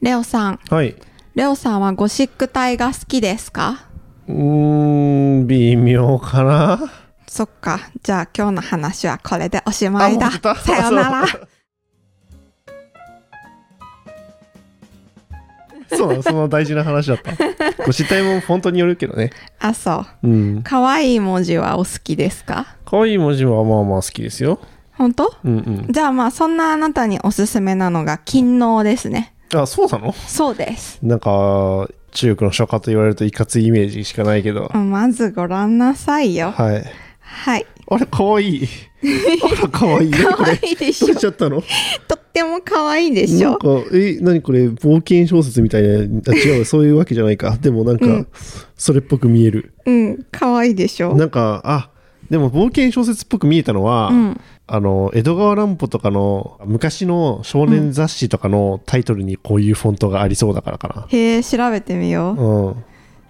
レオさん、はい。レオさんはゴシック体が好きですかうーん、微妙 かな。そっか。じゃあ今日の話はこれでおしまいあだもう終わっ。たさよなら。そうなの、その大事な話 だった。ご知体もフォントによるけどね。あ、そう。うん。可愛い文字はお好きですか可愛い文字はまあまあ好きですよ。本当うんうん。じゃあまあそんなあなたにおすすめなのが勤能ですね。あ、そうなのそうです。なんか、中国の書家と言われるといかついイメージしかないけど。まずご覧なさいよ。はい。はい。あれ、可愛 い。あら、可愛い。何こ可れ。愛いでしどうょし。ちゃったのとっても可愛いでしなんょ。か、え、何これ、冒険小説みたいな。あ違う、そういうわけじゃないか。でもなんか、うんそれっぽく見える。うん、可愛いでしょ。なんか、あ、でも冒険小説っぽく見えたのは、うん。あの、江戸川乱歩とかの昔の少年雑誌とかのタイトルにこういうフォントがありそうだからかへえ、調べてみよな。うん。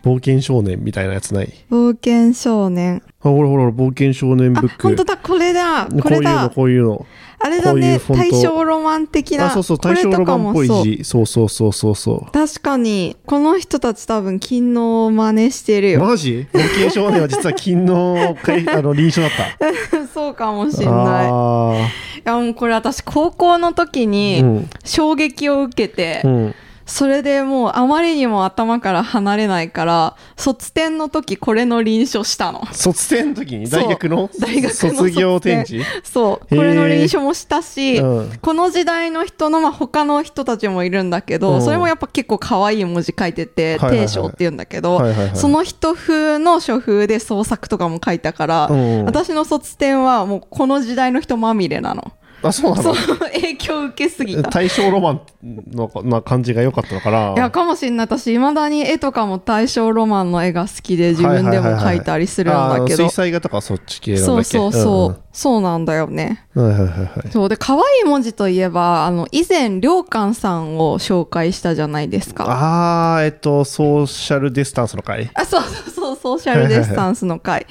冒険少年みたいなやつない。う。冒険少年。あ、ほらほら、冒険少年あブッ、ク。本当だ、これだ、これだ。こういうの、こあれだこういねう、フォン大ト正ロマンうい的うの。な。あ、そうそう、こ大れ正とロマかンっもぽいそう。字。そうそうそうそうそ確かに、この人たち多分、勤能を真似してるう。よ。マジ冒険少年は実は金の、か いあの、臨床だった。そうかもしんない。ああいやもうこれ私高校の時ー。うにん。衝撃を受けて、うん。それでもうあまりにも頭から離れないから卒展の時これの臨書したの卒展の時にそう大学の大学の卒業展示そうへーこれの臨書もしたし、うんこの時代の人の、まあ、他の人たちもいるんだけど、うんそれもやっぱ結構可愛い文字書いてて、はいはいはい定章って言うんだけど、はいはいはいその人風の書風で創作とかも書いたから、うん私の卒展はもうこの時代の人まみれなの。 あそうなそのう影響受けすぎた。大正ロマンのな感じが良かったのかないやかもしんない私いまだに絵とかも大正ロマンの絵が好きで自分でも描いたりするんだけはいはいはいはいあーど水彩画とかそっち系なんだっそけうそうそう、そうなんだよねうんうんはいはいはいはいそうで可愛い文字といえばあの以前良寛さんを紹介したじゃないですかあーえっとソーシャルディスタンスの回あそうそうそうソーシャルディスタンスの 回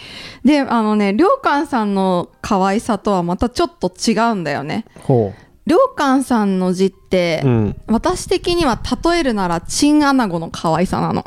であのね良寛さんの可愛さとはまたちょっと違うんだよねほ良寛さんの字って、ううん私的には例えるならチンアナゴの可愛さなの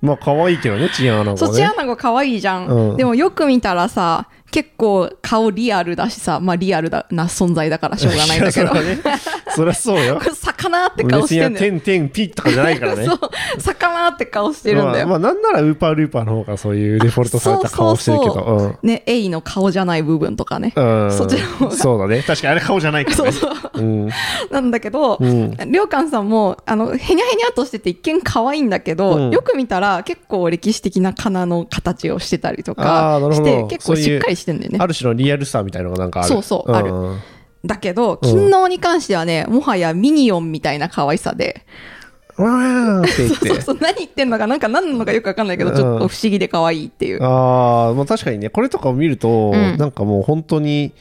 まあ可愛いけどねチンアナそゴう、チンねアナゴ可愛いじゃん,、うんでもよく見たらさ、結構顔リアルだしさ、まあリアルだな存在だからしょうがないんだけど。いやそれ はねそりゃそうよ魚って 顔して別んにだよ。点点ピッとかじゃないからね そう、魚って顔してるんだよ。まあまあなんならウーパールーパーの方がそういうデフォルトされた顔してるけそうどうんね、エイの顔じゃない部分とかね。うんそっちの方がそうだね確かにあれ顔じゃないからねそううんなんだけど、うんりょうかんさんも、あの、へにゃへにゃっとしてて一見可愛いんだけど、うんよく見たら結構歴史的な花の形をしてたりとあかーなるしほて、ど結構そういうしっかりしてんだよね。ある種のリアルさみたいのがなんかあるそうそうあるんだけど、うん勤能に関してはね、もはやミニオンみたいな可愛さで、わーって言ってそうそう、何言ってんのか、なんか何なのかよくわかんないけど、ちょっと不思議で可愛いっていう。あー、まあ確かにねこれとかを見ると、うんなんかもう本当に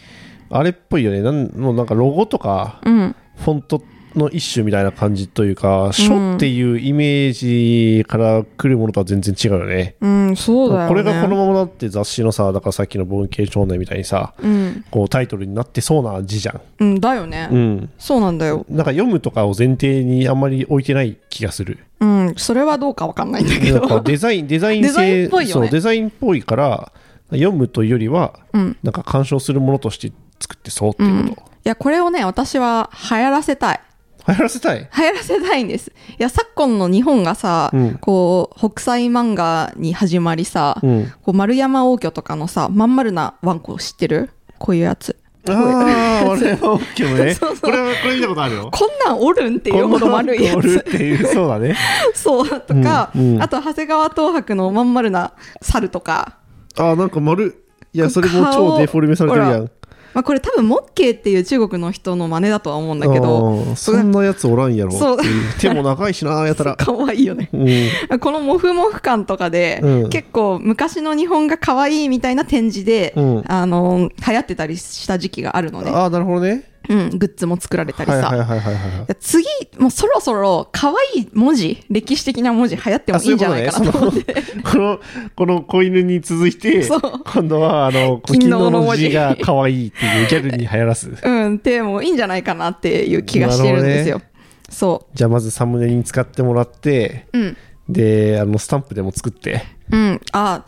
あれっぽいよねなんもうなんかロゴとかうん。フォントの一種みたいな感じというか書っていうイメージから来るものとは全然違うよねうん、そうだよね。これがこのままだって雑誌のさだからさっきの「文系少年」みたいにさうん。こうタイトルになってそうな字じゃんうん、だよね。うんそうなんだよ。なんか読むとかを前提にあんまり置いてない気がする。うん、それはどうかわかんないんだけなんかど。デザイン、デザインデザイン性、っぽいよねそう、デザインっぽいから、読むというよりは、うん。なんか鑑賞するものとして作ってそうってういん。ういこと。や、これをね、私は流行らせたい。流行らせたい。流行らせたいんです。いや、昨今の日本がさ、うんこう、北斎漫画に始まりさ、 うん。こう丸山王挙とかのさ、まん丸なワンコ知ってるこういうやつ。ああ、俺は OK ね。 そうそうこれは、これ見たことあるよ。こんなんおるんっていうほど丸いやこんなのつ通るっていう、そうだね。 そうとか、うんうんあと長谷川東博のまん丸な猿とか、ああ、なんか丸、いや、それも超デフォルメされてるやん。まあ、これ多分モッケーっていう中国の人の真似だとは思うんだけどあーそんなやつおらんやろ。そうっていう 手も長いしな、やたら。可愛いよねう ん。このモフモフ感とかで、うん結構昔の日本が可愛いみたいな展示で、うんあの流行ってたりした時期があるのねああ、なるほどね。うん、グッズも作られたりさ、はいはいはいはいはい。次もうそろそろ可愛い文字歴史的な文字流行ってもいいんじゃないかなと思ってこの、この子犬に続いてそう、今度は、あ の、勤勤労労のの文文字字が可愛いっていうギャルに流行らす。 うんでもいいんじゃないかなっていう気がしてるんですよ、なそじゃあまずサムネに使ってもらって、ううんで、あの、スタンプでも作って。うんあ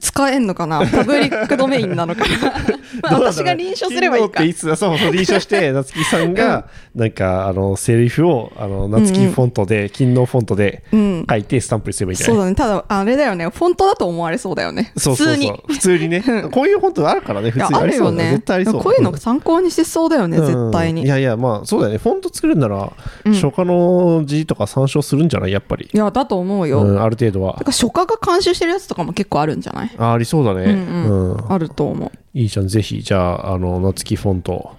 使えんのかなパブリックドメインなのか な、まあ、どうなんだろう私が臨書すればいい勤労っかていつだそうそう、臨 書して、夏木さんが、なんか、あの、セリフを、あの、夏木フォントで、勤労フォントでうん書いて、スタンプにすればいいんじゃなそいうだねただあれだよねフォントだと思われそうだよねそうそうそう。普通にね。こういう本当あるからね、普いや通にあありるそようだね。ね絶対ありそう。こういうの参考にしてそうだよね、絶対うんいにやいや、まあ、そうだよね。フォント作るんなら、初夏の字とか参照するんじゃないやっぱり。いやだと思うよ、うん、ある程度はだ。から書家が監修してるやつとかも結構あるんじゃないあありそうだね。ううんうんん。あると思いいじゃん。ぜひ、じゃあ、あの、夏木フォント。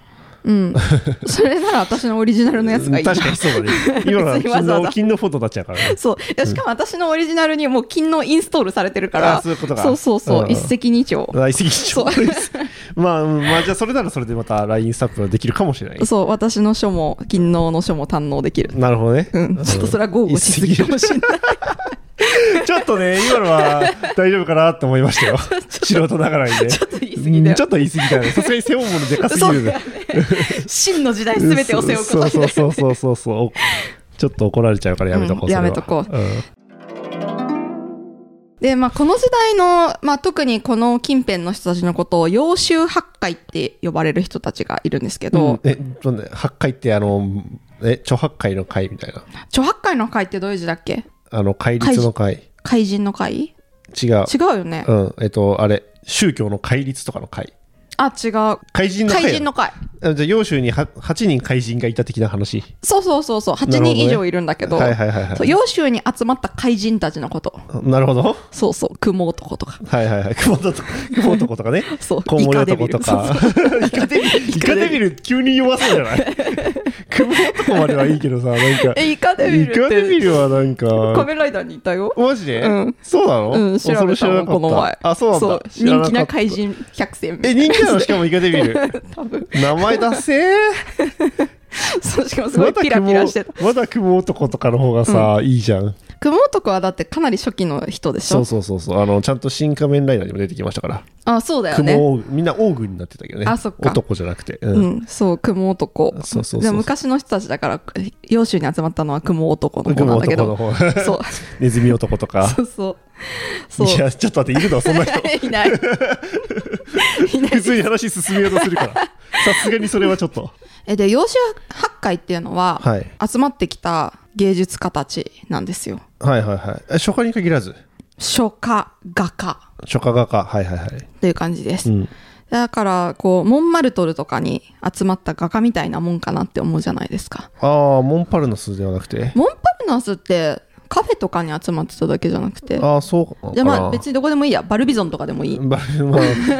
ううん それなら私のオリジナルのやつがいいな確かにそうだね。今のは別にわ金ざわのざ金のフォントになっちゃうからね。 そういやしかも私のオリジナルにもう金のインストールされてるからあそういうことかそうそうそううん一石二鳥来石一そう鳥です。 まあ、うんまあ、じゃあ、それならそれでまた LINE スタンプができるかもしれな い。そう私の書も金のの書も堪能できるなるほどね。うんちょっとそれは豪語しすぎかもしれないちょっとね、今のは大丈夫かなって思いまし たよ。素人ながらにね。 ちょっと言い過ぎだようんちょっと言い過ぎだよね。さすがに背負うものでかすぎそうるねだ。よね 真の時代全てを背負うことになるそうそうそうそうそうそうちょっと怒られちゃうからやめとこう、うんやめとこうそれはで、まあ、この時代の、まあ、特にこの近辺の人たちのことを、洋州八海って呼ばれる人たちがいるんですけうんど、えなんで八回ってあのえ著八回の回みたいなちょ、八海の会ってどういう字だっけあの戒律の回怪人の会違う違うよね。うんえっとあれ宗教の戒律とかの回あ、違う。怪人の怪回人の会。あじゃあ幼衆には8人怪人がいた的な話そうそうそうそう。8なるほど人ね以上いるんだけど、はいはいはいそうは洋州に集まった怪人たちのこと。いなるほどそうそう。雲男とか。はいはいはい雲男雲男と かねそうコウモリ男とか イカデビルイカデビル急に弱そうじゃない 雲男まではいいけどさなんかえ、イカデビイルって。カデビルはなん仮か、面ライダーにいたよ。マジで、うんそうなの、うん、調そべれた知らのなかこっの前。あ、そうなんだ。そう人気な会怪人100選みたえ、いなやつで人気なのしかもイカデビル。 多分名前だせー。そうしかもすごまいだピラピラしてた。雲まだ雲男とかの方がさ、いいじゃん。雲男はだってかなり初期の人でしょそうそうそうそう。あの、ちゃんと新仮面ライダーにも出てきましたから。あ、そうだよね。雲、みんな王軍になってたけどね。あそっか男じゃなくて。う。うんん、そう、雲男。そうそうそうそでう昔の人たちだから、幼州に集まったのは雲男の方雲なんだけ男のど。方。そう、 ネズミ男とか。そうそう。 そう。いや、ちょっと待って、いるのそん な人。い ない。いな普い。通に話進めようとするから。さすがにそれはちょっと。え、で、幼州八会っていうのは、はい集まってきた芸術家たちなんですよ。はいはいはい。え初夏に限らず。書家、画家初夏画家。はいはいはい。という感じです。うん。だから、こう、モンマルトルとかに集まった画家みたいなもんかなって思うじゃないですか。ああ、モンパルナスではなくて。モンパルナスってカフェとかに集まってただけじゃなくてああ、そうかな。じゃあまあ別にどこでもいいやバルビゾンとかでもいいバル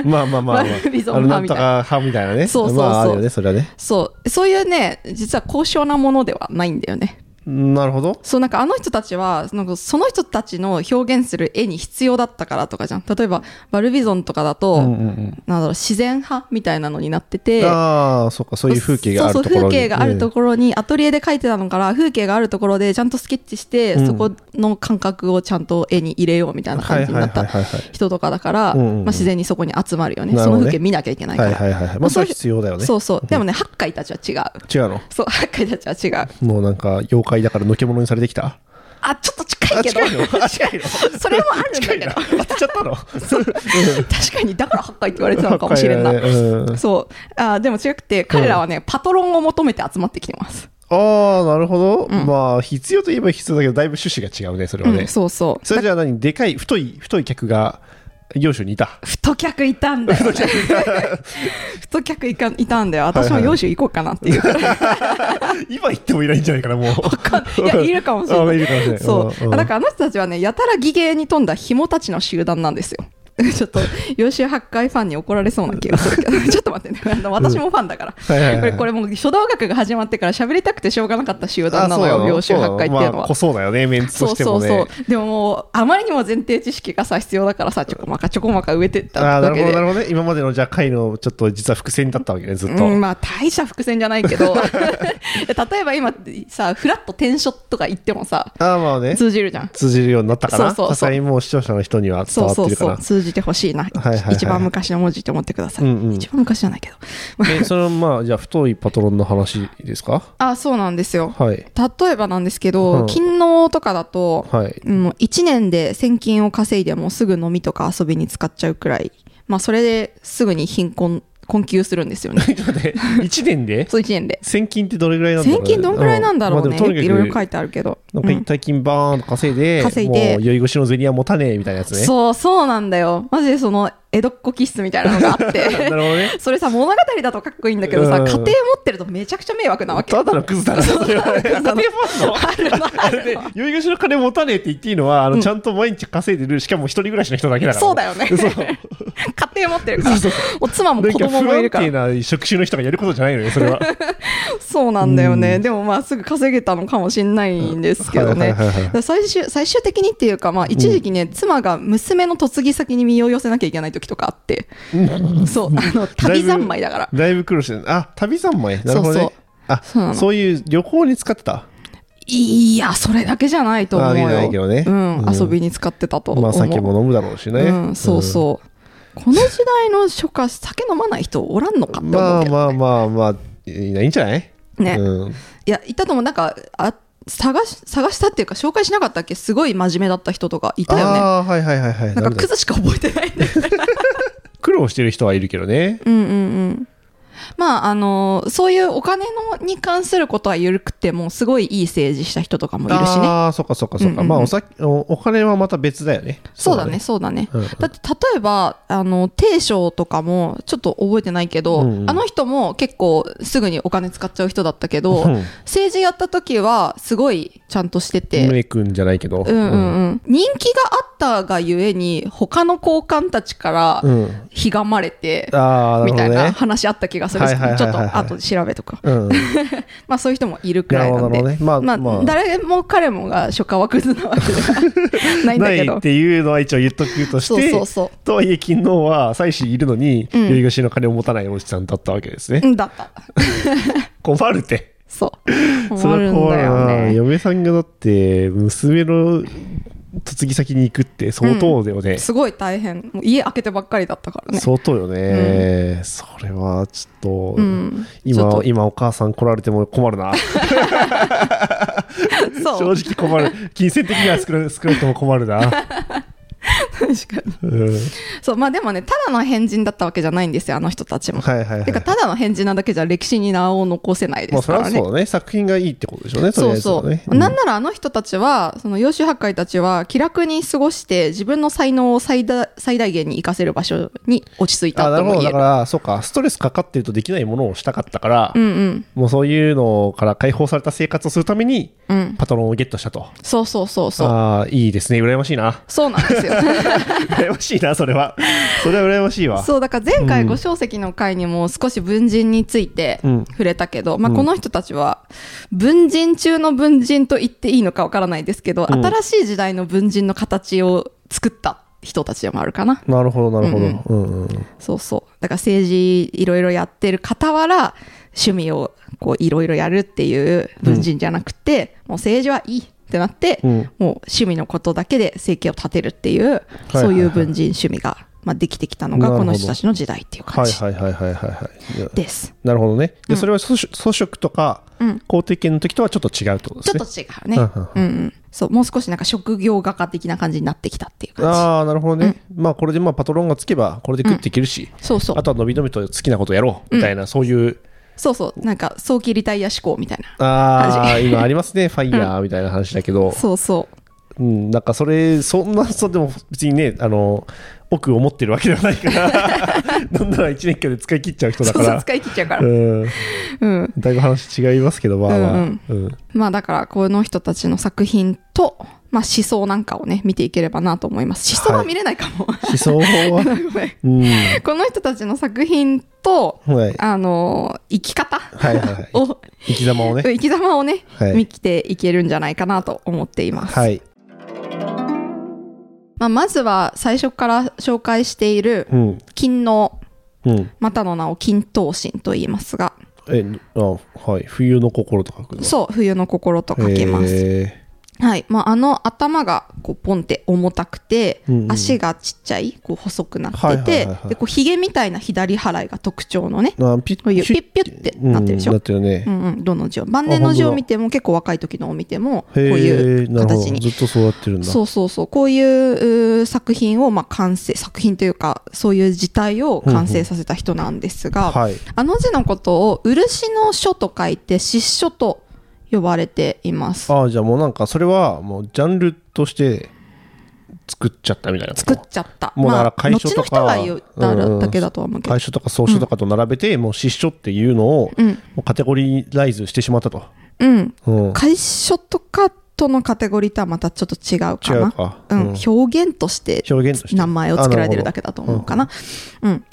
まあまあまあまあ、まあ、 バルビゾンあの派なみんたいとかな派みたいなね。そうそうそうまああるよね、それはね。そうそういうね実は高尚なものではないんだよねなるほど。そうなんかあの人たちはなんかその人たちの表現する絵に必要だったからとかじゃん例えばバルビゾンとかだと、うんうんうんなんだろう自然派みたいなのになっててああ、そうか、そういう風景があるとこそうそろうに。風景があるとこころにアトリエで描いてたのから風景があるところでちゃんとスケッチして、うんそこの感覚をちゃんと絵に入れようみたいな感じになったはいはいはいはいはい人とかだから、うんうんうんまあ、自然にそこに集まるよねなそるのほどね風景見なきゃいけないかはら、いはいはいはい。まあ、それは必要だよね。そうそうでもね八海たちは違う違うのそう八海たちは違うもうなんか、妖怪だからのけ者にされてきたあちょっと近いけどあ、近いのあ、近いのそれもあるん近だいけな。ど当てちゃった の確かにだから八海って言われてたのかもしれんな八海だね うんそうあでも違くて彼らはね、パトロンを求めて集まってきてます、ああ、なるほど。まあ、必要といえば必要だけど、だいぶ趣旨が違うね、それはうねん。そうそうそれじゃあ何でかい、太い、太い客が、業種にいた。太客いたんだよ、ね、太客いかいたんだよ私も幼州行こうかなって いう、い今言ってもいないんじゃないかな、も う。やいるかもしれあないいるかもしれないそう、うんうんだからあの人たちはねやたら技芸に富んだ紐たちの集団なんですよ ちょっと、ヨシ八海ファンに怒られそうな気がするけど、 ちょっと待ってね、あの私もファンだから。はいこはいはれいこれもう初動学が始まってから喋りたくてしょうがなかった集団なのあそよ、うの領収八回っていうのまあは濃。そうだよねメンツとそうしてそもうねそう。でももう、あまりにも前提知識がさ、必要だからさ、ちょこまかちょこまか植えてったああだなるけほで。どなるほどね今までのじゃあ回のちょっと実は伏線だったわけねずっと、うん、まあ大した伏線じゃないけ ど例えば今さフラット転書とか言ってもさああまあね通じるじゃん通じるようになったかそうなそうそうさすがにもう視聴者の人には伝そうわっそてうるかそなう通じてほしいな、はいはいはい一番昔の文字って思ってください、うんうん一番昔じゃないけどでそのまあじゃあ太いパトロンの話ですかあそうなんですよはい例えばなんですけど、うん勤労とかだと、はい うん、1年で1000金を稼いでもすぐ飲みとか遊びに使っちゃうくらい、まあ、それですぐに貧困困窮するんです よねちょっと待って1年で そう1年で千金ってどれぐらいなんだろう1000金どんくらいなんだろうまあね、でもとにかくいろいろ書いてあるけど、なんか一体金バーンと稼いで、稼いでもう酔い越しの銭は持たねえみたいなやつうんね。そうそうなんだよマジでその江戸っ子気質みたいなのがあっ なるほてどね。 それさ物語だとかっこいいんだけどさ、うん家庭持ってるとめちゃくちゃ迷惑なわけただのクズだな、 それはね。 家の庭ファンの あるのあるので、酔い越しの金持たねえって言っていいのは、あの、ちゃんと毎日稼いでる、しかも一人暮らしの人だけだから。そうだよねそう。家庭持ってる からお妻もなん子か供不もい安るから定な職種の人がやることじゃないのよね、それは。そうなんだよね、でもまあすぐ稼げたのかもしれないんですけどはいねはいはいはいだから最終最終的にっていうか、まあ、一時期ね、妻が娘の嫁ぎ先に身を寄せなきゃいけない時とかあって、そうあの旅三昧だからだいぶ苦労してる。あ、旅三昧。なるほそどうねそう。あそうなの、そういう旅行に使ってた。いやそれだけじゃないと思うあいいねいいけよ、どねうんうん遊びに使ってたと思う、まあ、酒も飲むだろうしね。うん、そうそう、この時代の初夏酒飲まない人おらんのかって思うけど、まあまあまあまあ、いないんじゃないねうんいやいたともなんかあ探し探したっていうか紹介しなかったっけすごい真面目だった人とかいたよねああー、はいはいはいはい。なんなかるほどクズしか覚えてないんだよね苦労してる人はいるけどね。うんうんうんまああのそういうお金のに関することは緩くてもすごいいい政治した人とかもいるしねああ、そっかそっかそっうんうんか。うんまあお酒お、お金はまた別だよね。そうだね。そうだね、うんうんだって例えばあの定商とかもちょっと覚えてないけど、うんうんあの人も結構すぐにお金使っちゃう人だったけど、うん政治やった時はすごいちゃんとしてて、胸くんじゃないけど。うんうんうん、人気があったがゆえに他の高官たちからうん。ひがまれて、ああ、なみるほたどいなね。話あった気がするし、はいはいはいちょはっいはいと後で調べと か、 うん。まあ、そういう人もいるくらないるなほんで、どね。まあ、ままああ、誰も彼もが初夏はクズなわけではないんだなけいどっ。ていうのは一応言っとくとして、そうそうそうとはいえ、昨日は妻子いるのに、うん酔い越しの金を持たないおじさんだったわけですね。うんだった。困るって。そう。そ困れるはん困だるよな。ね。嫁さんがだって、娘の嫁ぎ先に行くって相当だよね。すごい大変。もう家開けてばっかりだったからね。相当よね、それはちょっと、うん今ちょっと今お母さん来られても困るなそ 正う。直困る金銭的には少な少なくとも困 るな、確かに。うん、そう。まあでもね、ただの変人だったわけじゃないんですよ、あの人たちも。はいはいはていか、ただの変人なだけじゃ歴史に名を残せないでまあすそかれらはね。そうだね作品がいいってことでしょうねとりあそえうずはそうね、なんならあの人たちは、その幼衆八海たちは、気楽に過ごして、自分の才能を最大最大限に活かせる場所に落ち着いあたなとるほもど言えだかる。らそうかストレスかかってるとできないものをしたかったから、うんうん。もうそういうのから解放された生活をするためにうん。パトロンをゲットしたと、そうそうそうそう。ああいいですね羨ましいなそうなんですよ。羨ましいなそれはそれは羨ましいわそうだから前回五小石の回にも少し文人についてうん触れたけど、まあ、この人たちは文人中の文人と言っていいのかわからないですけど、うん新しい時代の文人の形を作った人たちでもあるかななるほどなるほど、うんうんそうそうだから政治いろいろやってる傍ら趣味をこういろいろやるっていう文人じゃなくて、もう政治はいいってなって、うんもう趣味のことだけで生計を立てるっていう、いはいそういう文人趣味が、まあ、できてきたのがこの人たちの時代っていう感はいじはいはいはいはいはいいやです。なるほどねでそれは粗食粗食とかうん公的権の時とはちょっと違うってことでちすねょっと違うね。うんうんうんうん。そう、もう少しなんか職業画家的な感じになってきたっていう感ああなるほどね、まあこれでまあパトロンがつけばこれで食っていけるし、じ。そうそうあ。とは伸び伸びと好きなことやろうみたいな、そういうそうそう。なんか早期リタイア志向みたいな。ああ今ありますねファイヤーみたいな話だけど、そうそう。うんなんかそれそんなそうでも別にねあの奥を持ってるわけではないから なんなら1年間で使い切っちゃう人だかそうそうら使い切っちゃうから。うんうん。だいぶ話違いますけどまあまあ、うんうんまあだから、この人たちの作品と、まあ、思想なんかをね見ていければなと思います思想は見れないかも、思想は ごめんうんはいこの人たちの作品とはいあの生き方はいはいを、生き様をね生き様をね、はい見ていけるんじゃないかなと思っています、はいまあ、まずは最初から紹介しているうん金のうんまたの名を金刀神と言いますがえあはい冬の心と書くのそう冬の心と書きます、へはいまあ、あの頭がこうポンって重たくて、うんうん足がちっちゃいこう細くなってて、はいはいはいはいでこうヒゲみたいな左払いが特徴のねーあピッこういうピュッピュッってなってるでしょうんなってるねうんうん、どの字を晩年の字あ本を当だ見ても結構若い時のを見てもこうへいえうなるほ形どにずっとそうやってるんだそうそうそうこういううー作品をまあ完成作品というかそういう事態を完成させた人なんですが、はいあの字のことを漆の書と書いて漆書と呼ばれていますああじゃあもうなんかそれはもうジャンルとして作っちゃったみたいな作っちゃったもうだからまあ、楷書後のとか人が言ったらだけだとは思うけど、楷書とか草書とかと並べて、もう失書っていうのを、うんもうカテゴリーライズしてしまったと、うんうん、楷書とかとのカテゴリーとはまたちょっと違うか違なうか、うん、表現として表現として名前を付けられてるだけだと思うかな。うん、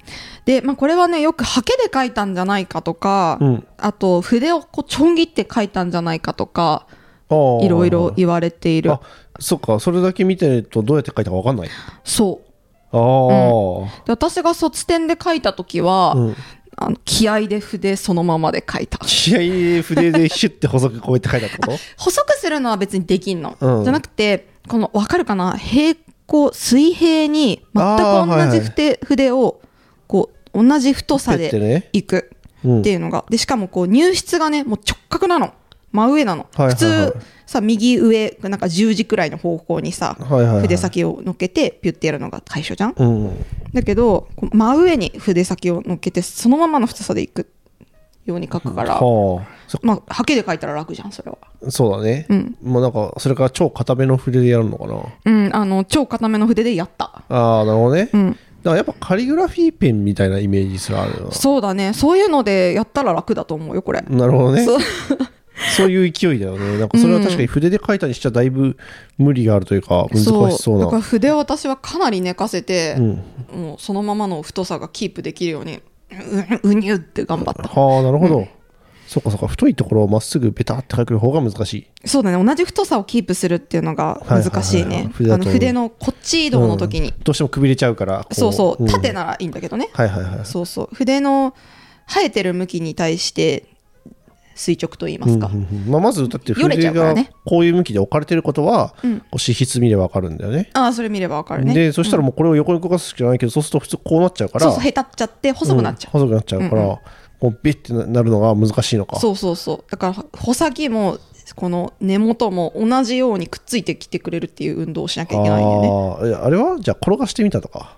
で、まあ、これはねよくハケで書いたんじゃないかとか、うんあと筆をこうちょん切って書いたんじゃないかとかあーいろいろ言われているあそっかそれだけ見てるとどうやって書いたか分かんないあそうあー、で私が卒点で書いた時は、うんあの気合で筆そのままで書いた気合い筆でシュッて細くこうやって書いたってこ細くするのは別にできんの、うんじゃなくてこの分かるかな平行水平に全くあーはい同はじい筆,、筆をこう同じ太さとってでね、いくうっんて、いうのが、でしかもこう入室がねもう直角なの真上なの、はいはいはい普通さ右上なんか10時くらいの方向にさ、はいはいはい筆先を乗っけてピュッてやるのが最初じゃんうん、だけどこう真上に筆先を乗っけてそのままの太さでいくように書くから、はあそまあハケで書いたら楽じゃんそれはそうだね、うんもうなんかそれから超固めの筆でやるのかなうんあの超固めの筆でやったああなるほどね、うんだからやっぱカリグラフィーペンみたいなイメージすらあるそうだねそういうのでやったら楽だと思うよこれ、ななるほどねそうそういう勢いだよねなんかそれは確かに筆で書いたにしちゃだいぶ無理があるというか難しそうだからな筆を私はかなり寝かせて、うんもうそのままの太さがキープできるようにうううにゅって頑張ったはあなるほど、そっかそっか太いところをまっすぐベタって書く方が難しいそうだね同じ太さをキープするっていうのが難しいはいはいはいね筆だあとの筆のこっち移動の時に、うんどうしてもくびれちゃうからこそうそうん縦ならいいんだけどね、はいはいはいそうそう筆の生えてる向きに対して垂直と言いますか、うんうんうんまあ、まずだってよれちゃ筆うからがねこういう向きで置かれてることは、うんこう紙筆見ればわかるんだよねああそれ見ればわかるねでそしたらもうこれを横に動かすしかないけどそうすると普通こうなっちゃうからそうそうへたっちゃって細くなっちゃう、うん細くなっちゃうから、うんこうビッてなるのが難しいのかそうそうそうだから穂先もこの根元も同じようにくっついてきてくれるっていう運動をしなきゃいけないんだよねあーいやあれはじゃあ転がしてみたとか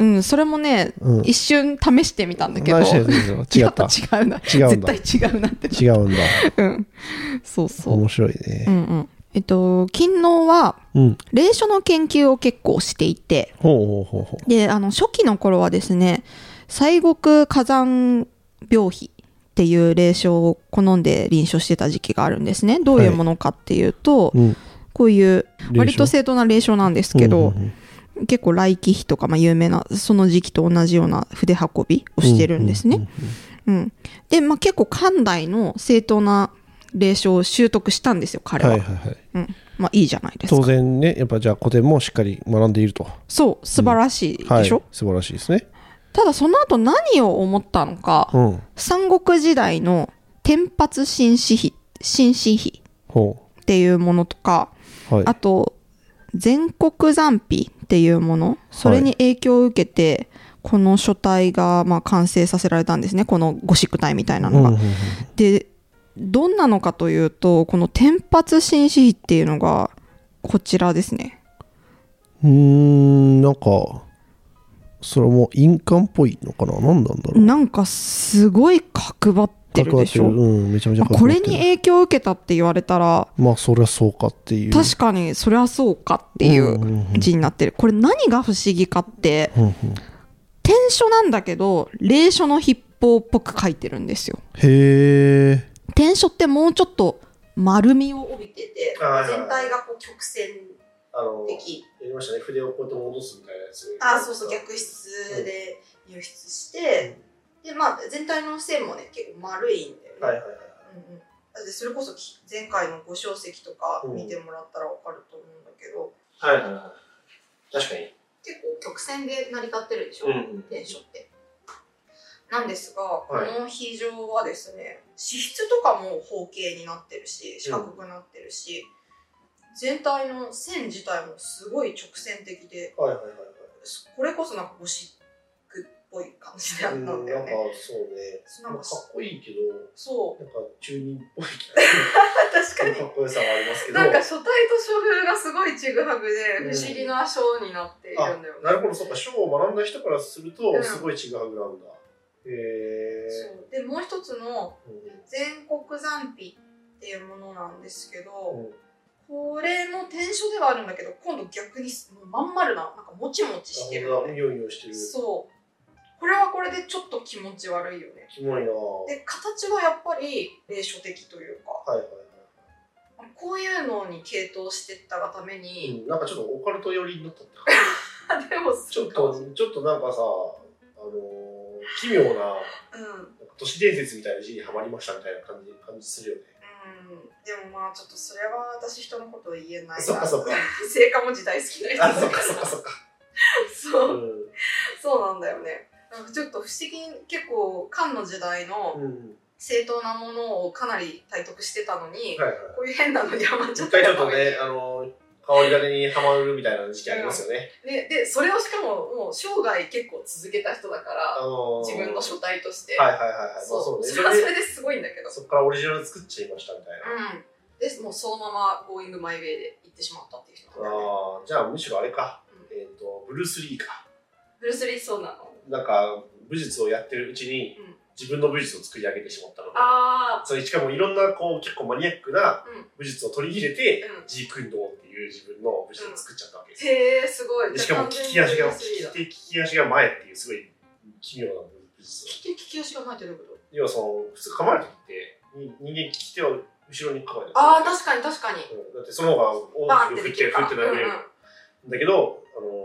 うん、それもね、うん一瞬試してみたんだけど、試してみたん だけど違ったちょと違うな。違うんだ絶対違うなってな。違うんだうん。 そうそう。面白いうんねうん。えっと、勤王は、うん、霊書の研究を結構していて、ほうほうほうほで、あの、初期の頃はですね、西国火山病碑っていう霊書を好んで臨床してた時期があるんですね。どういうものかっていうと、う、うん、こういう、霊割と障正当な霊書なんですけど、うんうんうん結構来季碑とか、まあ、有名なその時期と同じような筆運びをしてるんですね。うんで、まあ、結構漢代の正当な霊書を習得したんですよ彼は、はいはいはいうんまあ、いいじゃないです当か然ねやっぱじゃあ古典もしっかり学んでいるとそう素晴らしいでしょ、はい素晴らしいですねただその後何を思ったのか、うん三国時代の天発新紙碑新紙碑ほっていうものとかうはいあと全国残碑っていうものそれに影響を受けて、この書体がまあ完成させられたんですねこのゴシック体みたいなのが。うんうんうんでどんなのかというとこの天発新紙碑っていうのがこちらですね。うーんなんかそれも印鑑っぽいのかな何なんだろうなんかすごい角張ってるでし角ょ。張ってるうんめちゃめちゃまあ角張これってるに影響を受けたって言われたらまあそりゃそうかっていう確かにそりゃそうかっていんうう字になってるこれ何が不思議かってうんうん天書なんだけど霊書の筆法っぽく書いてるんですよへえ天書ってもうちょっと丸みを帯びててはいはい全体がこう曲線あの的やりましたね筆をこうやって戻すみたいなやつあそうそう逆筆で輸出して、でまあ全体の線もね結構丸いんだよね、はいはいはいうんうんだってそれこそき前回のご小石とか見てもらったらわかると思うんだけど、はいはいはい確かに結構曲線で成り立ってるでしょ、うんテンションって。なんですが、はいこの非常はですね脂質とかも方形になってるし四角くなってるし、全体の線自体もすごい直線的ではいはいはい はいそこれこそなんかゴシックっぽい感じだったんだよね。なんかそうねななんんかかかっこいいけどそう なんか中二っぽい確かにかっこよさはありますけどなんか書体と書風がすごいちぐはぐうでん不思議な章になっているんだよね。なるほどそうか書を学んだ人からするうんとすごい違うなんだへえそうでもう一つのうん全国残費っていうものなんですけど、うんこれも転書ではあるんだけど今度逆にもうまん丸ななんかもちもちしてるあほんとだヨイヨイしてるそうこれはこれでちょっと気持ち悪いよねキモいなぁで形はやっぱり霊書的というかはいはいはこういうのに傾倒してったがためい、に、うん、なんかちょっとオカルト寄りになったって感 じでもちょっうとちょっとなんかさあのー、奇妙ななんかん都市伝説みたいな字にはまりましたみたいな感じ感じするよねうんでもまあちょっとそれは私人のことを言えないなそっかそっか聖火文字大好きな人あそっかそっかそっか そううんそうなんだよねなんかちょっと不思議に結構漢の時代のうん正当なものをかなり体得してたのに、はいはいこういう変なのにハマっちゃ一った回ちょっとね、あの香りがけにハマるみたいな時期ありますよね。ででそれをしかももう生涯結構続けた人だからあの自分の書書体として、はいはいはいはい。まあそうそうね。そそれはそれでれですごいんだけどそこからオリジナル作っちゃいましたみたいな。うんでもうそのまま「Going My Way」で行ってしまったっていう人なんだよねあーじゃあむしろあれか、うんえっ、とブルースリーか。ブルース・リーそうなのなんか武術をやってるうちにうん自分の武術を作り上げてしまったので。あそれしかもいろんなこう結構マニアックなうん武術を取り入れて、うんジークンドーっていう自分の武術を作っちゃったわけですあ、へえすごいでしかも完利全にき足がブルース利リーだき手利き足が前っていうすごい奇妙な武術を利き足が前ってどういうこと要はその普通噛まれる時ってに人間利き手を後ろに噛まれるああ確かに確かにうんだってその方がバ大ーンきってく振でっきてる振からって投げれるうんうんだけどあのー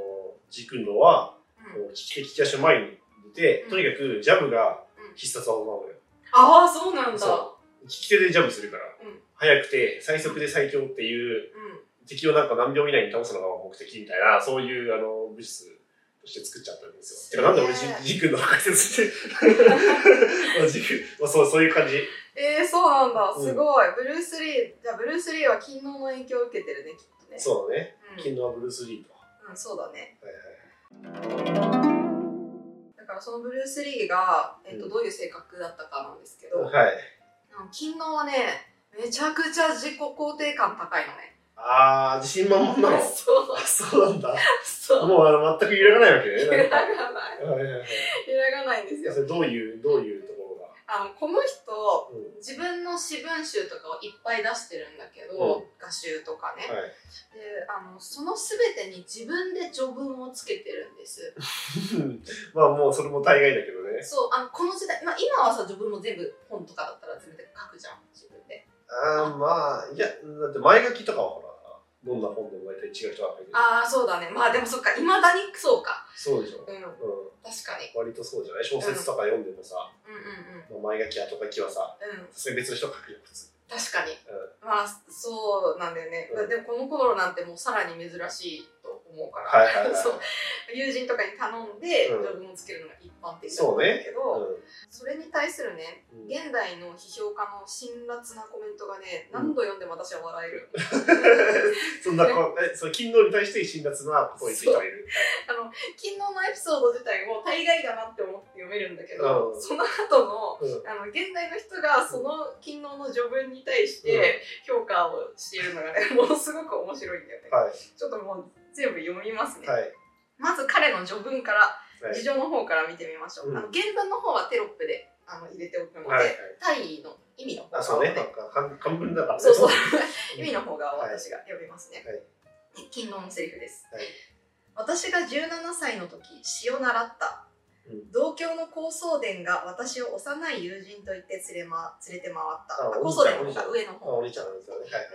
ジークンドーはこうんう利き手利き足の前に出て、うんとにかくジャブがうん必殺技なのよああそうなんだそ利き手でジャブするから、うん速くて最速で最強っていううん敵をなんか何秒以内に倒すのが目的みたいなそういうあの武術として作っちゃったんですよ。てかなんで俺ジすげえジークンドーの解説してまあジークまあそうそういう感じえー、そうなんだ、うんすごい。ブルース・リー、じゃあブルース・リーは勤労の影響を受けてるね、きっとね。そうだね。うん金のブルース・リーと。うん、そうだね。はいはいだからそのブルース・リーが、えっとうんどういう性格だったかなんですけど、はい。あの勤労はね、めちゃくちゃ自己肯定感高いのね。ああ、自信満々なの。そう、あそうなんだ。そう。もうあの全く揺らがないわけね。揺ならんかがない。はいはいはい。揺らがないんですよそ。れどういう、どういうところが。あの、この人、うん自分の私文集とかをいっぱい出してるんだけど、画集とかね。はでい。あのその全てに自分で序文をつけてるんです。まあもうそれも大概だけどね。そうあのこの時代、まあ、今はさ自分も全部本とかだったら全部書くじゃん自分でああ、まあ、いや、だって前書きとかはほら、どんな本でも大体違う人が書いてる。ああそうだねまあでもそっかいまだにそうかそうでしょ。うんうん。確かに割とそうじゃない小説とか読んでもさ、うんうんうんまあ前書き後書きはさ、うんさすがに別の人が書くよ、普通。確かに、まあそうなんだよね、うんでもこの頃なんてもうさらに珍しいと思うから、は いはいはい。そう友人とかに頼んでうん序文をつけるのが一般的だったんだけど、それに対するねうん現代の批評家の辛辣なコメントがね何度読んでも私は笑え る、 そんなこ、え、その勤労に対して辛辣なことについてはいる。あの金ののエピソード自体も大概だなって思って読めるんだけど、うんその後のうんあの現代の人がその金のの序文に対して評価をしているのがね、 ものすごく面白いんだよね、はい。ちょっともう全部読みますね、はい。まず彼の序文からはい事情の方から見てみましょう、うんあの原文の方はテロップであの入れておくので、はいはい大意の意味の方あ、そうね。なのなんでか、半半分だからね。そうそうん意味の方が私が読みますね、はい金ののセリフですはい。私が17歳の時詩を習った同郷の高僧伝が私を幼い友人と言って連れ,、ま、連れて回った。ああお高僧兄ちゃ伝んの方が上のあ方。お兄ちゃんなんですよね。はい。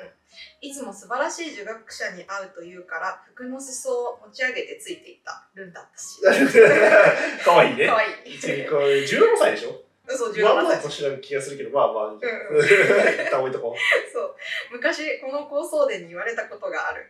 いつも素晴らしい儒学者に会うというから、服の裾を持ち上げてついていった。ルンだったし。 かわいいねか。わいい。一時これ17歳でしょそう、まあま17だ歳。年な気がするけど、まあまあ、一うん旦置いとこそう昔この高僧伝に言われたことがある、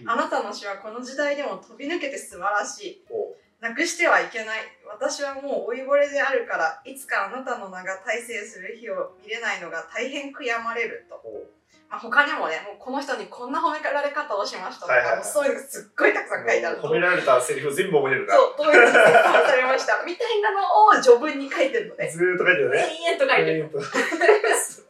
うん。あなたの詩はこの時代でも飛び抜けて素晴らしいうおうなくしてはいけない私はもう老いぼれであるからいつかあなたの名が大成する日を見れないのが大変悔やまれると、おうまあ、他にもねもうこの人にこんな褒められ方をしましたとか、はいはいはいもうそういうのすっごいたくさん書いてあるの褒められたセリフを全部覚えてるな。そうどういうふうに説明されましたみたいなのを序文に書いてるの でずーっと書いてるね。延々と書いてるえーと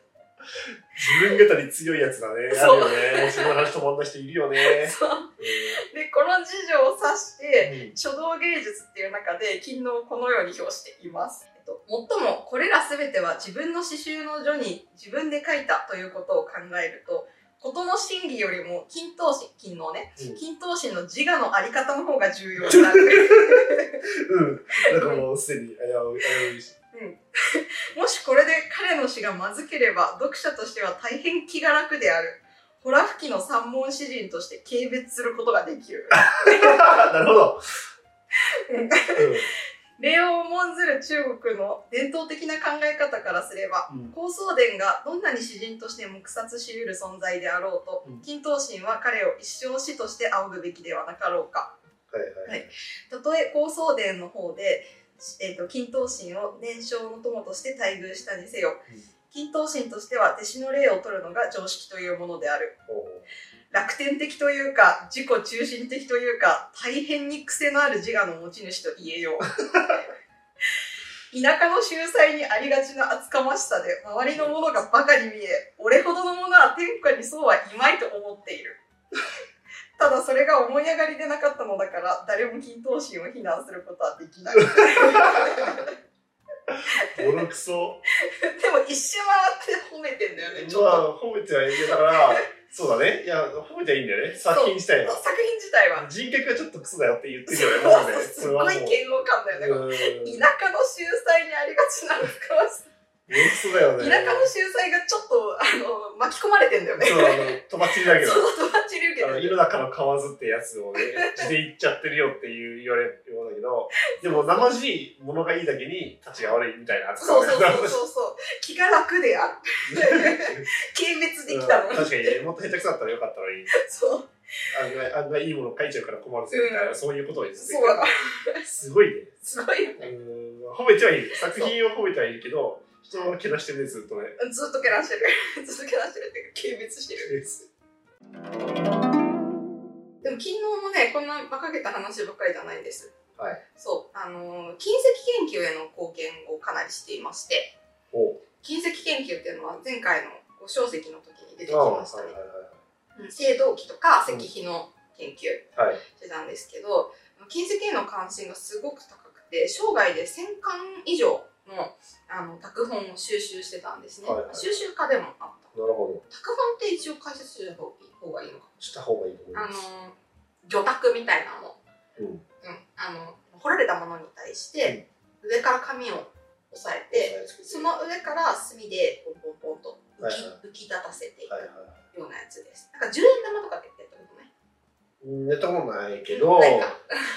自分語り強いやつだね。あるそうよね。その話止まんない人いるよ ね。そううでこの事情を指してんうん書道芸術っていう中で勤労をこのように表しています。えっと、もっともこれらすべては自分の刺繍の序に自分で書いたということを考えると、事の真偽よりも均等心、勤労ね、うん均等心の自我のあり方の方が重要にな る。うん。なんかもうすでに危うい、危 ういし。 もしこれで彼の詩がまずければ、読者としては大変気が楽である。ホラ吹きの三文詩人として軽蔑することができ る。なるほど。うん礼を重んずる中国の伝統的な考え方からすれば、うん。高僧伝がどんなに詩人として黙殺し得る存在であろうとうん均等心は彼を一生死として仰ぐべきではなかろうかはいはい。たとえ高僧伝の方で、えー、と均等心を年少の友として待遇したにせようん均等心としては弟子の例を取るのが常識というものであるおう楽天的というか自己中心的というか大変に癖のある自我の持ち主と言えよう 田舎の秀才にありがちな厚かましさで周りのものがバカに見え俺ほどのものは天下にそうはいまいと思っている ただそれが思い上がりでなかったのだから誰も均等心を非難することはできない でもボロク ソ。一周回って褒めてんだよねちょまっとあ、褒めてはいいん だから、そうだね。いや、褒めてはいいんだよね。作品自体は。作品自体は人格がちょっとクソだよって言って るよね、もうね。すっごい嫌悪感だよねこれうん田舎の秀才にありがちなのかもしボロクソだよね。れない田舎の秀才がちょっとあの巻き込まれてんだよね。そう、あの、とばっちりだけどそ。の友達流あの、井けど。の中の蛙ってやつを ね、地で行っちゃってるよっていう言われるようだけど、でも、生じいものがいいだけに、立ちが悪いみたいな扱そうわそうそう そうそう。気が楽であ軽滅できたの。確かにね、もっと下手くそだったらよかったのに、そう。案外、案外いいもの書いちゃうから困るぜ、みたいな、そういうことですねそうだから。すごいね。すごいようね。ん、褒めてはいる。作品を褒めてはいるけど、人をけなしてるね、ずっとね。ずっとけなしてる。ずっとけなしてるっていうか、軽蔑してる。でも、勤労もね、こんな馬鹿げた話ばっかりじゃないんです。はい。そう。あの、近石研究への貢献をかなりしていまして、おう。近石研究っていうのは前回のご小石の時に出てきああましたね。は青銅器とか石碑の研究いはいはい。はい。してたんですけど、金石への関心がすごく高くて生涯で1000巻以上のあの拓本を収集してたんですね、はいはい収集家でもあったなるほど。拓本って一応解説する方がいいのかした方がいいと思いなあまのす。魚拓みたいなの、うんうん、あの掘られたものに対して、上から紙を押さえて、その上から墨でポンポンポンと浮き,、はいはい浮き立たせていくはいはいはい。ようなやつですなんか10円玉とかってやったことないうんやったことないけどないか、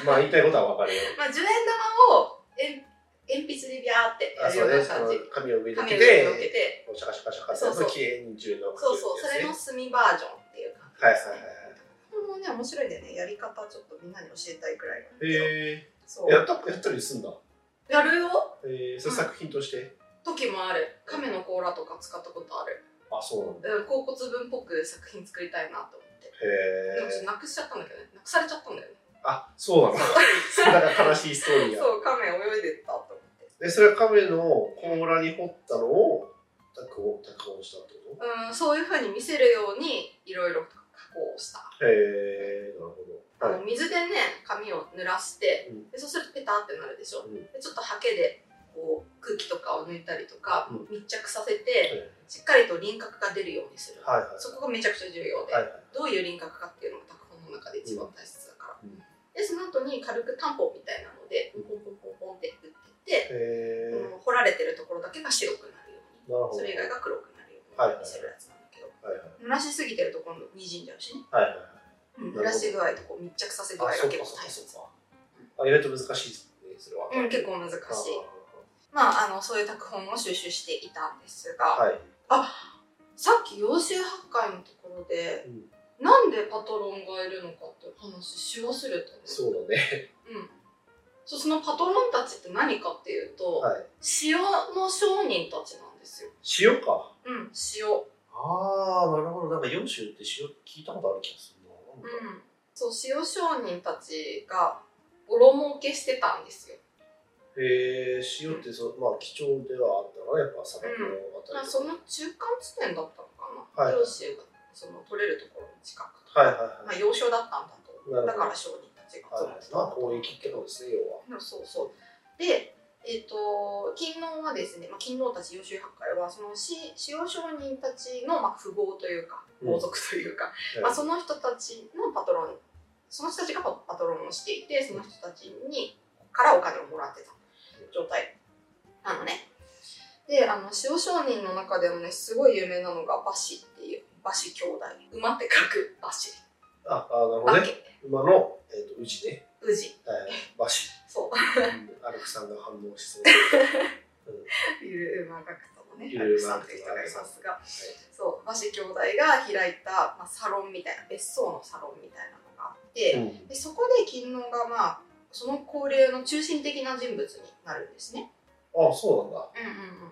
まあ言いたいことはわかるよ。まあ、10円玉をえん鉛筆でビャーってやあ、るそよううね。なそ感じ。の紙を上に乗っ紙けを上に乗っけて、て、こうシャカシャカシャカってそうそうきれいに重量そうそう、それの墨バージョンっていう感じはいではすね。これもね、面白いんだよね。やり方ちょっとみんなに教えたいくらいなんいはいではすよ。い。そへえ。やう。ったやったりすんだ。やるよえー、それ作品として。時もある。亀の甲羅とか使ったことある。あ、そううなんだ。ん、甲骨文っぽく作品作りたいなと思って。でもちょっへえ。となくしちゃったんだけどね。なくされちゃったんだよね。あ、そうなんだ。それだから悲しいストーリーが。そう、亀泳いでったと思って。で、それは亀の甲羅に掘ったのを、拓を、拓をしたってこうん、そういう風に見せるように、いろいろ加工をした。とへえ、なるほあど。はのい。水でね紙を濡らして、うんでそうするとペタってなるでしょ、うんでちょっとハケでこう空気とかを抜いたりとか、うん密着させてえしっかりと輪郭が出るようにする、ーはいはい。そこがめちゃくちゃ重要で、はいはい。どういう輪郭かっていうのが拓本の中で一番大切だから、うんでその後に軽くタンポンみたいなのでポンポンポンポンって打って、えうん掘られてるところだけが白くなるようー、なるほにそど。れ以外はが黒くなるようにするやつなんだけど、いは濡いらしすぎてると今度滲んじゃうしね、はいはいはうい。ん、濡らし具合とこう密着させ具合が結構大切あそうかそうかそうかあ意外と難しいですね、それは。うん結構難しいまああのそういう作本を収集していたんですが、あーはい。さっき幼衆発会のところで、なんでパトロンがいるのかって話し忘れたのそうだね。うん、そうそのパトロンたちって何かっていうと、はい。塩の商人たちなんですよ。塩か。うん、塩。ああ、なるほど。なんか四州って塩聞いたことある気がするな。うなんだん。そう、塩商人たちがボロ儲けしてたんですよ。へえ、塩ってそ、まあ、貴重ではあったから、やっぱ砂漠のあたまありそとか。の中間地点だったのかな。はい養州がその取れるところの近くとか。はいはまあ、いはい。幼少だったんだと思う。なだるほからど商人たちが集まってたまのあ、かな攻撃ってことですね、要は。うんそうそう。で、えっ、と、勤王はですね、まあ、勤王たち、幼衆八会は、そのし、使用商人たちの、まあ、富豪というか、うん豪族というか、まあ、その人たちのパトロン、その人たちがパパトロンをしていて、その人たちに、からお金をもらってた状態なのね。で、あの、塩商人の中でもね、すごい有名なのが、馬氏っていう、馬氏兄弟。馬って書く馬氏。あ、あなるほど馬ね。家。馬の、えっ、と、宇治ね。宇治。えー、馬氏。そうんアレクサンダー反応しそう。う。ゆる馬学徒のね、ゆたるく馬さん学徒という人がいますが。はいそう、馬氏兄弟が開いた、まあ、サロンみたいな、別荘のサロンみたいなのがあって、うんでそこで勤王が、まあ、その高齢の中心的な人物になるんですね。あ、そうなんだ。うんうんうん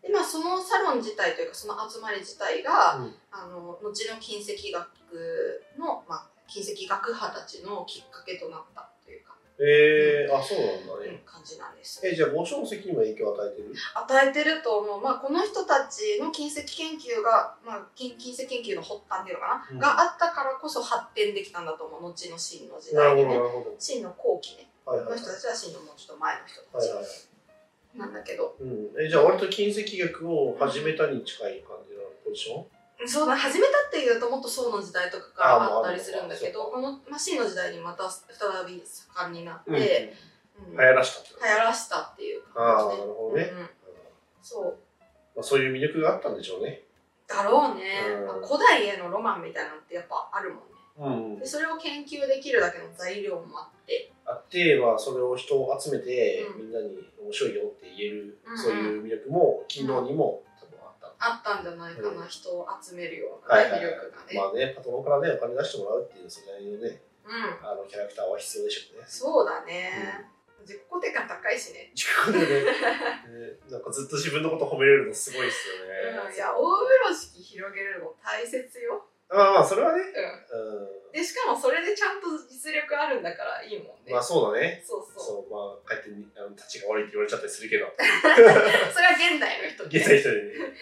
でまあ、そのサロン自体というかその集まり自体が、うんあの後の近赤学の、まあ、近赤学派たちのきっかけとなったというか、えー、あ、そうなんだうんね。感じなんです。え、じゃあ、五章石にも影響を与えてる与えてると思う、まあ、この人たちの近赤研究が、まあ、近近赤研究の発端っていうのかな、うんがあったからこそ発展できたんだと思う後の秦の時なる代でほど、なねるほ秦の後期ねど。はいこはのい。人たちは秦のもうちょっと前の人たはいちはい。なんだけど、うん、えじゃあ割と近赤学を始めたに近い感じのポジションそうだ始めたっていうともっと宋の時代とかかあーまらああったりするんだけどそうかこの、まあ、秦の時代にまた再び盛んになって、うんうん流流行行らしたってことらしたっていうああ感なじるねほどね、うんうんうんそうまあ、そういう魅力があったんでしょうねだろうね、うんまあ古代へのロマンみたいなのってやっぱあるもんねうんでそれを研究できるだけの材料もあって、あって、まあ、それを人を集めて、うんみんなに面白いよって言える、うんうんそういう魅力も機能にも多分あった、あったんじゃないかな、うん人を集めるようなね、はいはい魅力がね、はいまあねパトロンからねお金出してもらうっていうそれなりのねうん、あのキャラクターは必要でしょうねそうだね、自己肯定感高いしね、自 分でねねなんかずっと自分のこと褒めれるのすごいですよね、うん、いや大風呂敷広げるの大切よ、まあまあそれはねううんん、でしかもそれでちゃんと実力あるんだからいいもんね、まあそうだねそうそうそう、まあ、かえってにあの、立ちが悪いって言われちゃったりするけど、 それは現代の人で現在人に ね。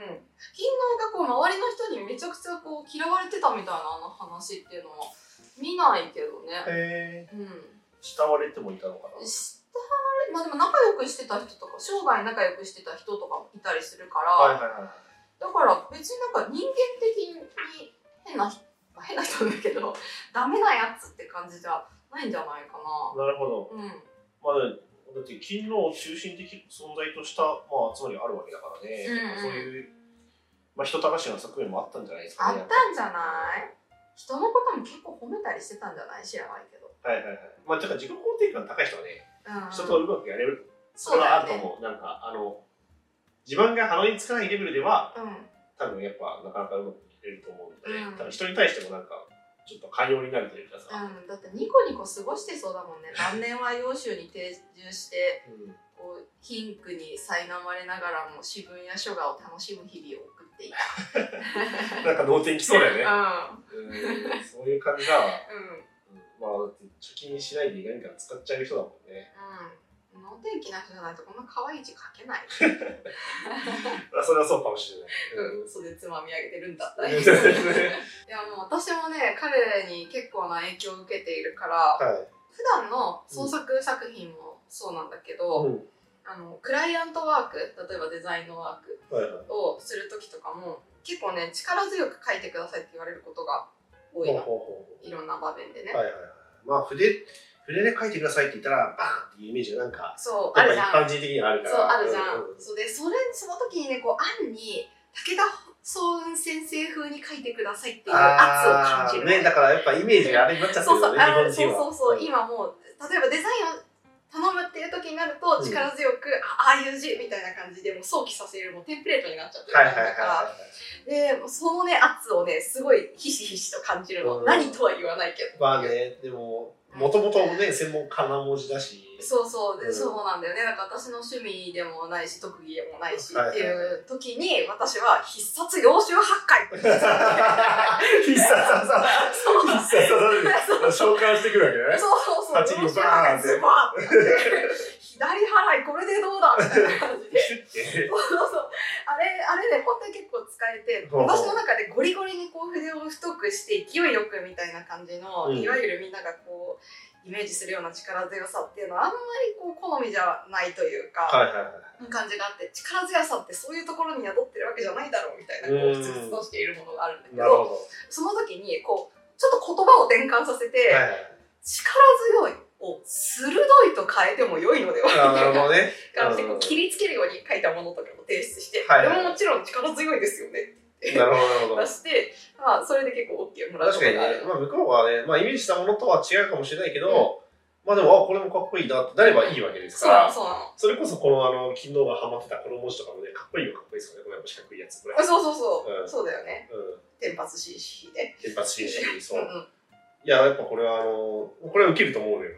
うん、金のがこう周りの人にめちゃくちゃこう嫌われてたみたいなあの話っていうのは見ないけどね、へうん慕われてもいたのかな。したまあでも仲良くしてた人とか生涯仲良くしてた人とかもいたりするから、はいはいはい。だから別になんか人間的に変な人まあ変な人だけどダメなやつって感じじゃないんじゃないかななるほど。うんまあ、だって、金の中心的存在とした、まあ、つまりあるわけだからね。うんうんまあそういう、まあ、人たらしの側面もあったんじゃないですあかったね。んじゃない人のことも結構褒めたりしてたんじゃない知らないけど、はいはいはい。まあ、てか、自己肯定感高い人はね、うん、人とうまくやれる。そそれうはだあよるとね思う。なんか、あの、自分が鼻につかないレベルでは、うん多分やっぱなかなかうまくいけると思うんで、うん多分人に対してもなんかちょっと寛容になるというかさ、うん、だってニコニコ過ごしてそうだもんね晩年は揚州に定住してうんこう貧苦に苛まれながらも自分や書画を楽しむ日々を送っていた。なんか脳天きそうだよね、ううんそういう感じだん、わ、うん、うんまあだって貯金しないで何か使っちゃう人だもんね、うん。能天気な人じゃないとこんな可愛い字書けない。まあ、それはそうかもしれない、うん、袖つまみ上げてるんだったらいい。いうん やもう私もね彼に結構な影響を受けているからはい、普段の創作作品もそうなんだけど、うんあのクライアントワーク例えばデザインのワークはいはいをする時とかも結構ね力強く書いてくださいって言われることが多いほうのほうほいろんな場面でねう、はいはいはいまあ筆筆で書いてくださいって言ったら、バーンっていうイメージがなんか、そう、あやっるじゃん。ぱ一般人的にはあるかそら。うあるじゃ、うんそうでそれその時にねこう案に武田総雲先生風に書いてくださいっていう圧をあ感あじる、ね、だからやっぱイメージがあれになっちゃってそるうそようね、あ日本そ人うは。そうそう今もう例えばデザインを頼むっていう時になるとうん力強く、あああいう字みたいな感じでもう想起させるもうテンプレートになっちゃってるはい感じはいはいだからはい。でもうそのね圧をねすごいひしひしと感じるの、うん何とは言わないけどまあね、でも、もともとね、専門家な文字だし。そうそう、でうんそうなんだよね。なんか私の趣味でもないし、特技でもないしはいっていう時に、私は必殺洋酒八回って 必殺そう技だ必殺技で召喚してくるわけね。そうそうそう、 八人洋酒八バー回ンってズバーンってやって。左払いこれでどうだみたいな感じで。シュッて。そうそうそう。あれ、あれね、本当に結構使えて、ほうほう私の中でゴリゴリにこう筆を太くして勢いよくみたいな感じの、うんいわゆるみんながこう、イメージするような力強さっていうのはあんまりこう好みじゃないというか、はいはいはい。感じがあって力強さってそういうところに宿ってるわけじゃないだろうみたいなこううんふつふつとしているものがあるんだけなるほどど。その時にこうちょっと言葉を転換させて、はいはい力強いを鋭いと変えても良いのではみあなたるいなほどね。感じでこう切りつけるように書いたものとかも提出して、はいこれももちろん力強いですよねってなるほど、な出るほど。して、まあ、それで結構 OK もらうこと確かにねがある、。まあ、向こうはね、まあ、イメージしたものとは違うかもしれないけど、まあでも、あ、これもかっこいいなってなればいいわけですそかうなのら、そうなのそれこそこの、あの、金のがハマってたこの文字とかもね、かっこいいよ、かっこいいですよね。これやっぱ四角いやつ、これ。あそうそうそう、うんそうだよねう天発 CC で、ん。連発紳士、そうう。んうん、いや、やっぱこれは、あの、これはウケると思うのよ。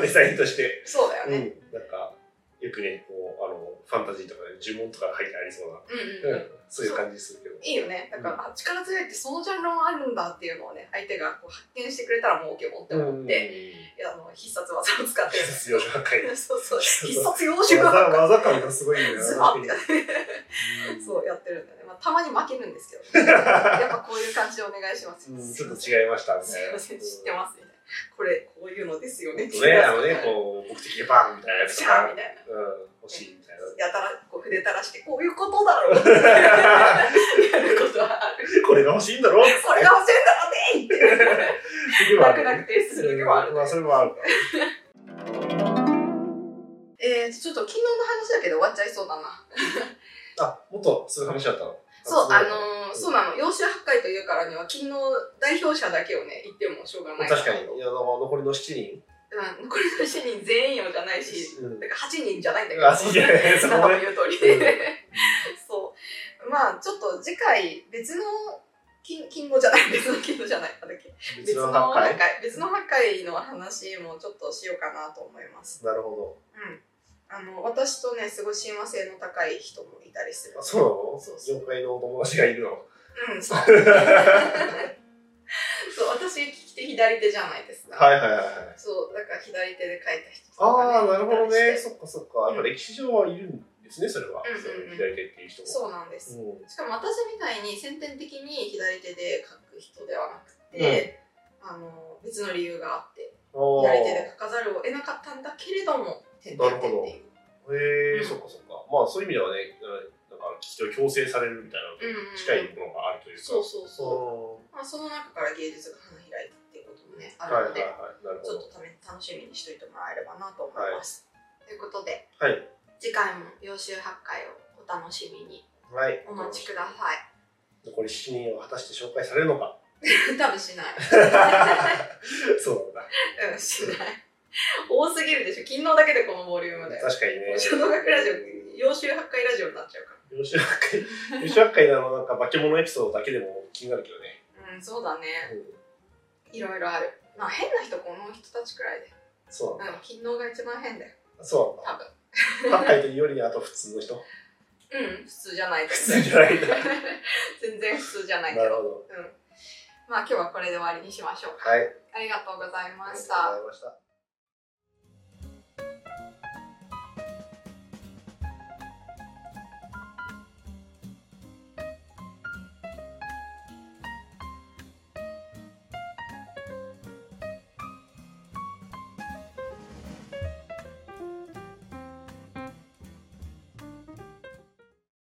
デザインとして。そうだようん。ね、なんか、よくね、こう、あの、ファンタジーとかで呪文とか書いてありそうな、うんうんうんうん、そういう感じするけど。いいよね。だから、あ力強いってそのジャンルもあるんだっていうのをね、相手がこう発見してくれたらもう OK もんって思って、いやあの必殺技を使って必殺洋書かい て。そうそう、必必殺殺用技紙が 技感がすご いよね。ズバッてや確かってにそうやってるんだよね。まあ、たまに負けるんです けど、やっぱこういう感じでお願いします。うんちょっと違いましたね。すいません、知ってまますみたいな。これ、こういうのですよね。ね、あ のね、こう、目的でバーンみたいなやつシとャーか、みたいな。うん、欲しいみたいな。 やたらこう筆垂らして、こういうことだろうってやることはある。これが欲しいんだろうこれが欲しいんだろうね って。泣く泣く提出する時もある。まあ、それもあるえー、ちょっと昨日の話だけど終わっちゃいそうだな。あ、もっとそういう話だったのそう、あのー、そうなの。幼衆破壊というからには、昨日代表者だけをね、言ってもしょうがないら確かに。いや、残りの7人。うん、これの7人全員よじゃないし、うんだから8人じゃないんだけど。あ、そうじゃない、そあなたこのね。言う通り。うん そう。まあ、ちょっと次回、別の、金、金語じゃない、別の金語じゃない、なんだっけ。別の8回。別の破壊の話もちょっとしようかなと思います。なるほうん。あの、私とね、すごい親和性の高い人もいたりするど。。あそうなのそうそう妖怪のお友達がいるの。うん、そう。 そう、私、利き手左手じゃないですか。はいはいはいはい。そう、だから左手で書いた人とかねああ、なるほどいたね。りしてそっかそっか。やっぱ歴史上はいるんですね、それは。うんうんうんその左手っていう人も。そうなんです。うん。しかも私みたいに先天的に左手で書く人ではなくて、あの別の理由があっておー左手で書かざるを得なかったんだけれども点々点っていうへうえ、んそっかそっか。まあそういう意味ではね、うんなんか聞き手を強制されるみたいなのうんうんうんと近いものがあるというか。そうそうそうそまあ、その中から芸術が花開いたっていうこともねあうん。はるいはのいで、はい。なるほちょっど。とため楽しみにしておいてもらえればなと思います、ということではい。次回も「幼衆八回」をお楽しみにはい。お待ちください残り7人を果たして紹介されるの か。多分 しないそうなんうんしない多すぎるでしょ昨日だけでこのボリュームだだ。よ確かにね。小学ラジオ、幼衆破壊ラジオになっちゃうかよし学会、よし学会のなんか化け物エピソードだけでも気になるけどね。ら。うん、そうだね。うん、いろいろある。まあ変な人、この人たちくらいで。そううなんだ。ん、勤労が一番変だよ、そ多分。 うなんだ。学会というよりにあと普通の人。うん、普通じゃないで普す。通じゃないんだ。 全然普通じゃないけなるど。ほど。まあ今日はこれで終わりにしましょうか。はい。ありありがとうございがまとうした。ございました。